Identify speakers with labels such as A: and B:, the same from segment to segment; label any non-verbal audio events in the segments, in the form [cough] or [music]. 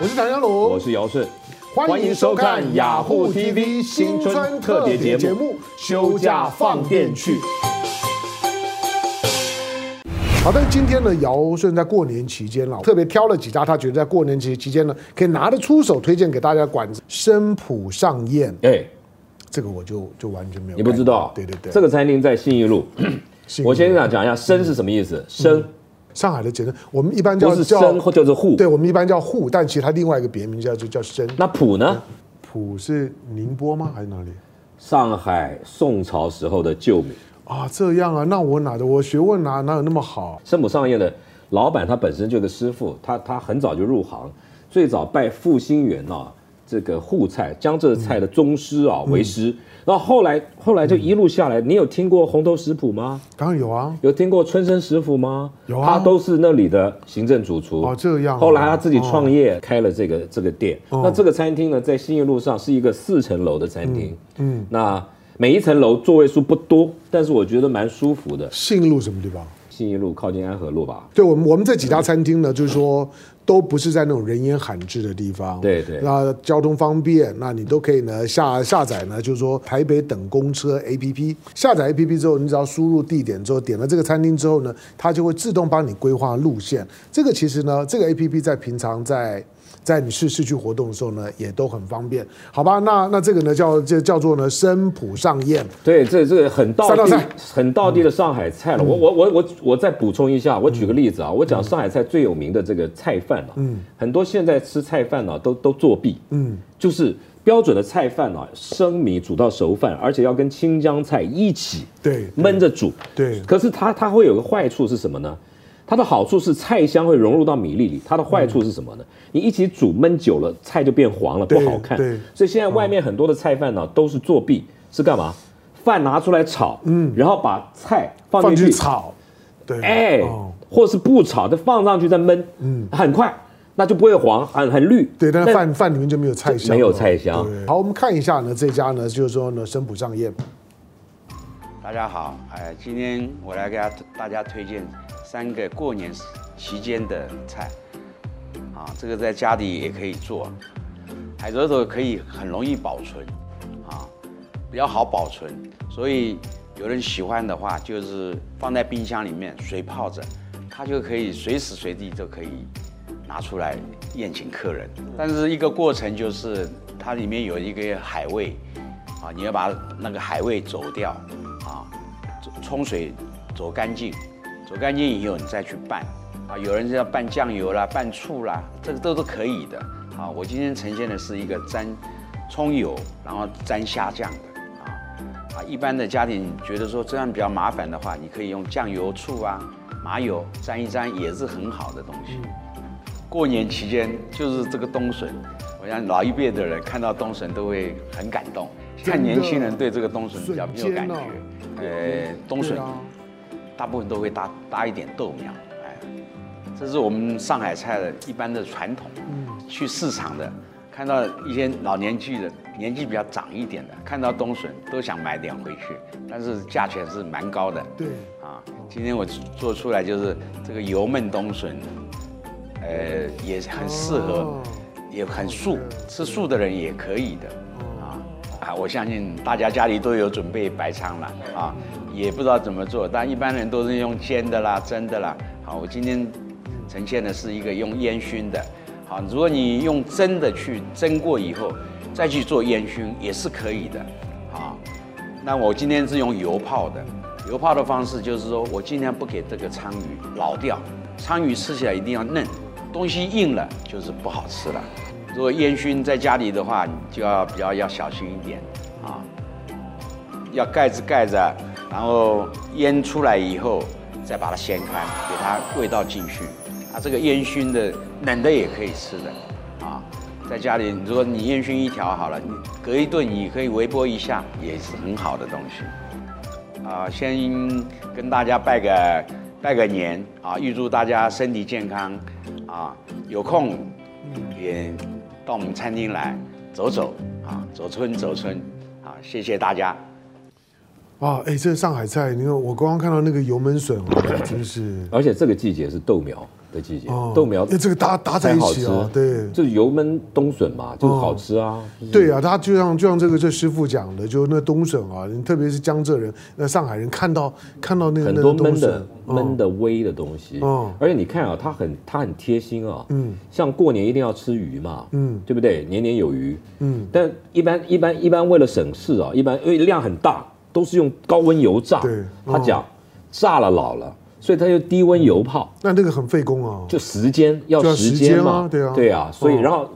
A: 我是唐江龙，
B: 我是姚顺，
A: 欢迎收看雅虎 TV 新春特别节目《休假放电去》。好的，今天呢，尧舜在过年期间啊了，特别挑了几家他觉得在过年期期间呢可以拿得出手推荐给大家的馆子。生普上宴，
B: 哎，
A: 这个我就就完全没有，
B: 你不知
A: 哎
B: 道？
A: 对对对，
B: 这个餐厅在信义路。
A: 信义
B: 我先讲讲一下“生”是什么意思，“生
A: 上海的简称，我们一般”
B: 不
A: 叫
B: 是“
A: 叫
B: 生”，或者是“户
A: 对，我们一般叫户，但其实它另外一个别名叫就叫生”。。
B: 那“普”呢？
A: 普是宁波吗？还是哪里？
B: 上海宋朝时候的旧名。
A: 啊，这样啊，那我哪的我学问哪哪有那么好？
B: 生母上宴的老板他本身就是师傅，他他很早就入行，最早拜傅兴元啊这个沪菜江浙菜的宗师啊为师，
A: 嗯
B: 然后后来后来就一路下来，你有听过红头食谱吗？
A: 当然有啊，
B: 有听过春生食府吗？
A: 有啊
B: 他都是那里的行政主厨。
A: 哦这样啊哦
B: 后来他自己创业开了这个这个店。那这个餐厅呢，在新义路上是一个四层楼的餐厅。嗯，那每一层楼座位数不多，但是我觉得蛮舒服的。
A: 信义路什么地方？
B: 新义路靠近安和路吧。
A: 对我们我们这几家餐厅呢，就是说都不是在那种人烟罕至的地方，
B: 对对
A: 那交通方便，那你都可以呢下下载呢，就是说台北等公车 APP，下载 APP 之后，你只要输入地点之后，点了这个餐厅之后呢，它就会自动帮你规划路线。这个其实呢，这个 APP 在平常在。在你市市区活动的时候呢，也都很方便，好吧？那那这个呢叫叫叫做呢生普上宴，
B: 对，这这个很道
A: 三道
B: 地
A: 菜、嗯
B: 很道地的上海菜了。我我我我我再补充一下，我举个例子啊，我讲上海菜最有名的这个菜饭啊，
A: 嗯
B: 很多现在吃菜饭呢、啊都都作弊，嗯，就是标准的菜饭啊，生米煮到熟饭，而且要跟青江菜一起
A: 对，
B: 焖着煮。
A: 对
B: 可是它它会有个坏处是什么呢？它的好处是菜香会融入到米粒里，它的坏处是什么呢？你一起煮焖久了，菜就变黄了，不
A: 对
B: 好看
A: 对。
B: 所以现在外面很多的菜饭呢，都是作弊，是干嘛？饭拿出来炒，嗯，然后把菜放
A: 放
B: 进
A: 进
B: 去
A: 去，炒，对，
B: 哎
A: 哦，
B: 或是不炒，再放上去再焖，嗯，很快，那就不会黄，很很绿。
A: 对，但是饭饭里面就没有菜香了，
B: 没有菜香
A: 对好，我们看一下呢，这家呢就是说呢，生普上宴，
C: 大家好，哎，今天我来给大家大家推荐三个过年期间的菜，啊，这个在家里也可以做，海蜇头可以很容易保存，啊，比较好保存，所以有人喜欢的话，就是放在冰箱里面水泡着，它就可以随时随地都可以拿出来宴请客人。但是一个过程就是它里面有一个海味，啊，你要把那个海味走掉，啊，走冲水走干净，走干净以后你再去拌，啊，有人是要拌酱油啦，拌醋啦，这个都是可以的，啊，我今天呈现的是一个沾葱油，然后沾虾酱的，啊，啊，一般的家庭觉得说这样比较麻烦的话，你可以用酱油、醋啊、麻油沾一沾，也是很好的东西。
A: 嗯
C: 过年期间就是这个冬笋，我想老一辈的人看到冬笋都会很感动，
A: 真的哦
C: 看年轻人对这个冬笋比较没有感觉
A: 笋。
C: 呃，冬
A: 对
C: 笋
A: 啊，
C: 大部分都会搭搭一点豆苗，哎，这是我们上海菜的一般的传统。
A: 嗯
C: 去市场的，看到一些老年纪的、年纪比较长一点的，看到冬笋都想买点回去，但是价钱是蛮高的。
A: 对，
C: 啊，今天我做出来就是这个油焖冬笋，呃，也很适合
A: 哦，
C: 也很素
A: 对，
C: 吃素的人也可以的。啊啊，我相信大家家里都有准备白鲳了啊，也不知道怎么做，但一般人都是用煎的啦、蒸的啦。好，我今天呈现的是一个用烟熏的。好，如果你用蒸的去蒸过以后，再去做烟熏也是可以的。啊，那我今天是用油泡的，油泡的方式就是说我尽量不给这个鲳鱼老掉，鲳鱼吃起来一定要嫩，东西硬了就是不好吃了。如果烟熏在家里的话，你就要比较要小心一点啊，要盖子盖着，然后烟出来以后再把它掀开，给它味道进去。啊，这个烟熏的冷的也可以吃的啊，在家里如果你烟熏一条好了，你隔一顿你可以微波一下，也是很好的东西。啊，先跟大家拜个拜个年啊，预祝大家身体健康啊，有空也到我们餐厅来走走啊，走村走村啊，谢谢大家。
A: 啊，哎，这是上海菜，你看我刚刚看到那个油焖笋啊，真是
B: 而且这个季节是豆苗，的季节
A: 哦，
B: 豆苗
A: 那这个搭搭在一起
B: 才好
A: 哦
B: 吃，
A: 对哦
B: 就是油焖冬笋嘛，就是好吃啊。就是
A: 对啊，他就像就像这个这师傅讲的，就那冬笋啊，特别是江浙人、那上海人看到看到那个
B: 很
A: 那
B: 多
A: 个
B: 焖
A: 冬
B: 的
A: 笋，
B: 焖的微的东西
A: 哦，
B: 而且你看啊，它很它很贴心啊，嗯，像过年一定要吃鱼嘛，
A: 嗯，
B: 对不对？年年有余，
A: 嗯，
B: 但一般一般一般为了省事啊，一般因为量很大，都是用高温油炸，
A: 对哦
B: 他讲炸了老了，所以他就低温油泡，
A: 那那个很费工啊，
B: 就时间要
A: 嗯就要
B: 时
A: 时间
B: 间
A: 啊
B: 嘛，
A: 对啊
B: 所以
A: 哦
B: 然后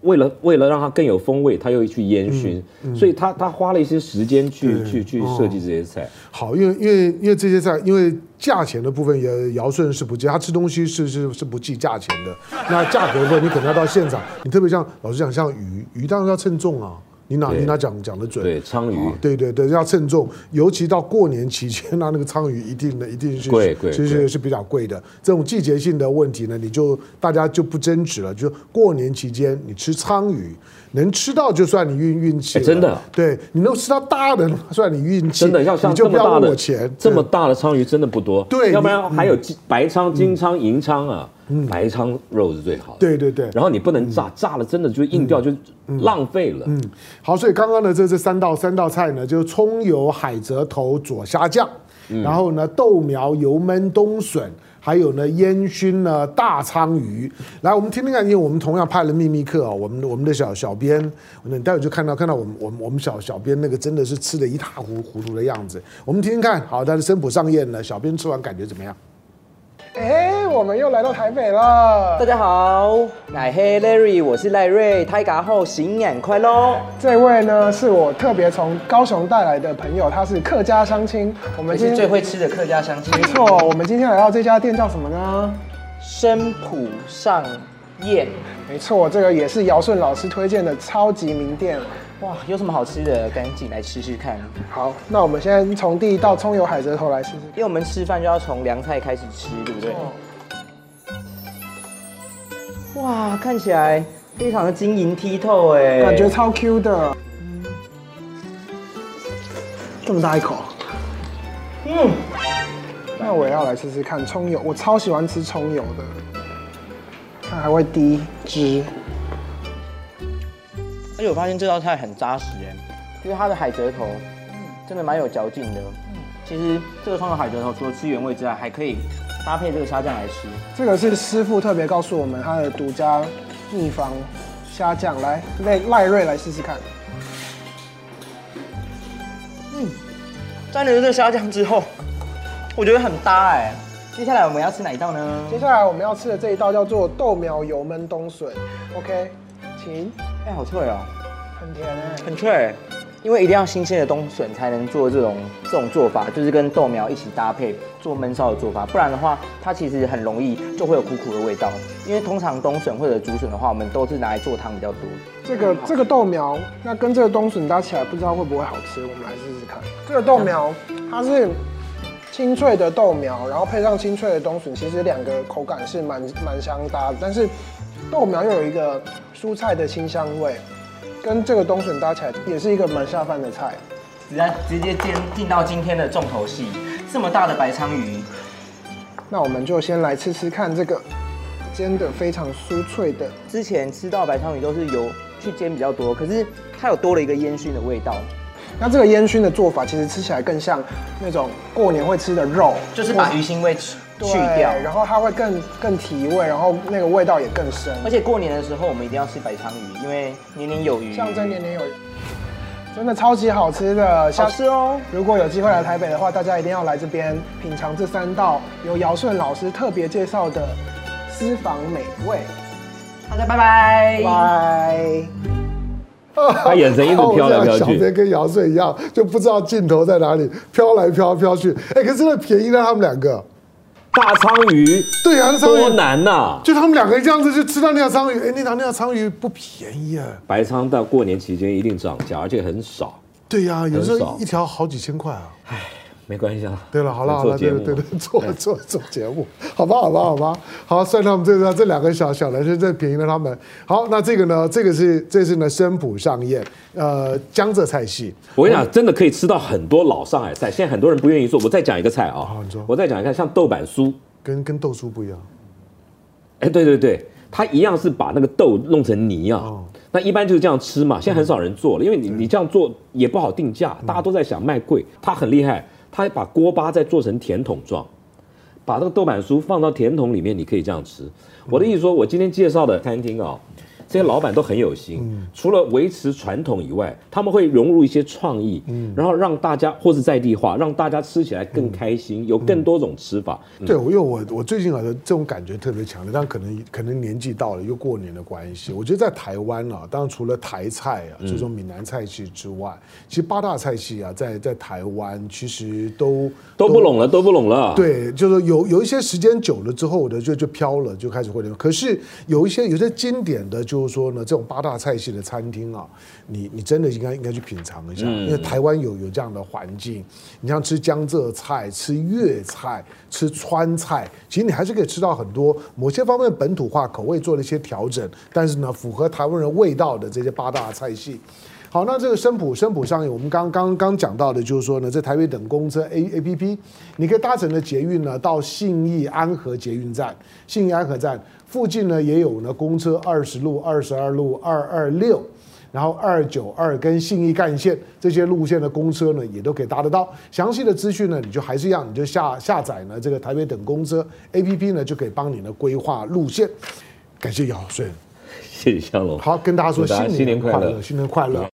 B: 为了为了让它更有风味，他又去烟熏，所以他他花了一些时间去
A: 嗯对
B: 去去
A: 哦
B: 设计这些菜，
A: 好，因为因为因为这些菜，因为价钱的部分也尧舜是不计，他吃东西是是是不计价钱的。那价格的部分，你可能要到现场，你特别像老实讲，像鱼，鱼当然要称重啊，你哪
B: 对
A: 你哪讲讲得准？
B: 对，鲳鱼。
A: 对对对，要称重，尤其到过年期间， [laughs] 那那个鲳鱼一定的一定是
B: 贵贵
A: 其实
B: 贵
A: 是比较贵的。这种季节性的问题呢，你就大家就不争执了。就过年期间，你吃鲳鱼能吃到就算你运运气
B: 哎
A: 了，
B: 真的
A: 对你能吃到大的算你运气，
B: 真的要像
A: 你就
B: 这
A: 不
B: 么
A: 要
B: 大
A: 问我
B: 的
A: 钱，
B: 这么
A: 对
B: 大的鲳鱼真的不多，
A: 对
B: 要不然
A: 你嗯
B: 还有金白鲳、金鲳、银鲳啊，白鲳肉是最好的。
A: 对对对。
B: 然后你不能炸，炸了真的就硬掉，就浪费了。
A: 嗯，好，所以刚刚呢，这这三道三道菜呢，就是葱油海蜇头左虾酱，
B: 嗯
A: 然后呢豆苗油焖冬笋，还有呢烟熏呢大鲳鱼。来，我们听听看，因为我们同样派了秘密客啊、我们我们的小小编，你待会就看到看到我们我们我们小小编那个真的是吃的一塌糊糊涂的样子。我们听听看，好，但是生普上宴呢，小编吃完感觉怎么样？
D: 哎，我们又来到台北了
E: 大。家好，乃黑 Larry，我是赖瑞，泰嘎后新年快乐！
D: 这位呢是我特别从高雄带来的朋友，他是客家乡亲。我们
E: 我
D: 今
E: 是
D: 天
E: 最会吃的客家乡亲，
D: 没错，我们今天来到这家店叫什么呢？
E: 生普上宴。
D: 没错，这个也是尧舜老师推荐的超级名店。
E: 哇，有什么好吃的？赶紧来吃吃看，
D: 好，那我们先从第一道葱油海蜇头来试试。
E: 因为我们吃饭就要从凉菜开始吃，对不对？哇，看起来非常的晶莹剔透哎，
D: 感觉超 Q 的。这么大一口，嗯，那我也要来试试看葱油，我超喜欢吃葱油的，它还会滴汁，
E: 而且我发现这道菜很扎实哎，就是它的海蜇头，真的蛮有嚼劲的。其实这个葱油海蜇头除了吃原味之外，还可以搭配这个虾酱来吃。
D: 这个是师傅特别告诉我们他的独家秘方虾酱，来赖赖瑞来试试看，
E: 蘸了这个虾酱之后，我觉得很搭哎。接下来我们要吃哪一道呢？
D: 接下来我们要吃的这一道叫做豆苗油焖冬笋，OK，请，
E: 哎、好脆哦，
D: 很甜哎、
E: 很脆。欸因为一定要新鲜的冬笋才能做这种这种做法，就是跟豆苗一起搭配做焖烧的做法，不然的话，它其实很容易就会有苦苦的味道。因为通常冬笋或者竹笋的话，我们都是拿来做汤比较多。
D: 这个这个豆苗，那跟这个冬笋搭起来，不知道会不会好吃？我们来试试看。这个豆苗，它是清脆的豆苗，然后配上清脆的冬笋，其实两个口感是蛮蛮相搭的。但是豆苗又有一个蔬菜的清香味，跟这个冬笋搭起来，也是一个蛮下饭的菜。
E: 直接直接进进到今天的重头戏，这么大的白鲳鱼，
D: 那我们就先来吃吃看这个煎的非常酥脆的
E: 之前吃到白鲳鱼都是油去煎比较多，可是它有多了一个烟熏的味道，
D: 那这个烟熏的做法，其实吃起来更像那种过年会吃的肉，
E: 就是把鱼腥味去
D: 对
E: 去掉。
D: 然后它会更更提味，然后那个味道也更深，
E: 而且过年的时候我们一定要吃白鲳鱼，因为年年有余。
D: 象征年年有余，真的超级好吃的，下
E: 好
D: 次
E: 吃哦。
D: 如果有机会来台北的话，大家一定要来这边品尝这三道由尧舜老师特别介绍的私房美味。
E: 大家拜拜。
D: 拜。
B: 他眼神一直
A: 哦
B: 飘来飘
A: 小
B: 去
A: 编跟姚顺一样，就不知道镜头在哪里，飘来飘飘去。哎，可是真的便宜了他们两个。
B: 大鲳鱼
A: [laughs] 对啊，那鲳
B: 多
A: 鱼
B: 难呐！
A: 就他们两个这样子就吃到那条鲳鱼，哎，那条那条鲳鱼不便宜啊。
B: 白鲳到过年期间一定涨价，而且很少。
A: 对呀、有时
B: 很少
A: 候一条好几千块啊。
B: 没关系啊。
A: [laughs] 对了，好了好了，
B: 做节
A: 对
B: 目
A: 了
B: 嘛
A: 对
B: 哎
A: 了，
B: [laughs]
A: 做做做节目，好吧好吧好吧，好，算他们这个这两个小小男生，这便宜了他们。好，那这个呢，这个是这是呢生普上宴，呃，江浙菜系，
B: 我跟你讲，真的可以吃到很多老上海菜。现在很多人不愿意做。我再讲一个菜啊
A: 好你说，
B: 我再讲一个，像豆瓣酥，
A: 跟跟豆酥不一样，
B: 哎，对对对，它一样是把那个豆弄成泥啊。
A: 哦
B: 那一般就是这样吃嘛，现
A: 嗯
B: 在很少人做了，因为你你这样做也不好定价，大家都在想卖贵。它很厉害，它把锅巴再做成甜筒状，把这个豆瓣酥放到甜筒里面，你可以这样吃。我的意思说，我今天介绍的餐厅啊、这些老板都很有心，
A: 嗯
B: 除了维持传统以外，他们会融入一些创意，
A: 嗯
B: 然后让大家或是在地化，让大家吃起来更开心，有
A: 嗯
B: 更多种吃法。
A: 对，我因为我我最近好像这种感觉特别强烈，但可能可能年纪到了，又过年的关系，我觉得在台湾啊，当然除了台菜啊，这种闽南菜系之外，其实八大菜系啊，在在台湾其实都
B: 都不拢了，都不拢了。，
A: 对，就是有有一些时间久了之后呢，就就飘了，就开始会流。可是有一些有些经典的，就是说呢，这种八大菜系的餐厅啊，你你真的应该应该去品尝一下，因为台湾有有这样的环境。你像吃江浙菜、吃粤菜、吃川菜，其实你还是可以吃到很多某些方面本土化口味做了一些调整，但是呢，符合台湾人味道的这些八大菜系。好，那这个生普生普上瘾，我们刚刚刚讲到的，就是说呢，在台北等公车 A A P P，你可以搭乘的捷运呢到信义安和捷运站，信义安和站附近呢也有呢公车二十路、二十二路、二二六。然后二九二跟信义干线这些路线的公车呢，也都可以搭得到。详细的资讯呢，你就还是一样，你就下下载呢这个台北等公车 A P P 呢，就可以帮你呢规划路线。感谢姚顺，
B: 谢谢香龙。
A: 好，跟大家说
B: 祝大家
A: 新
B: 新年
A: 年
B: 快
A: 快
B: 乐
A: 乐，新年快乐。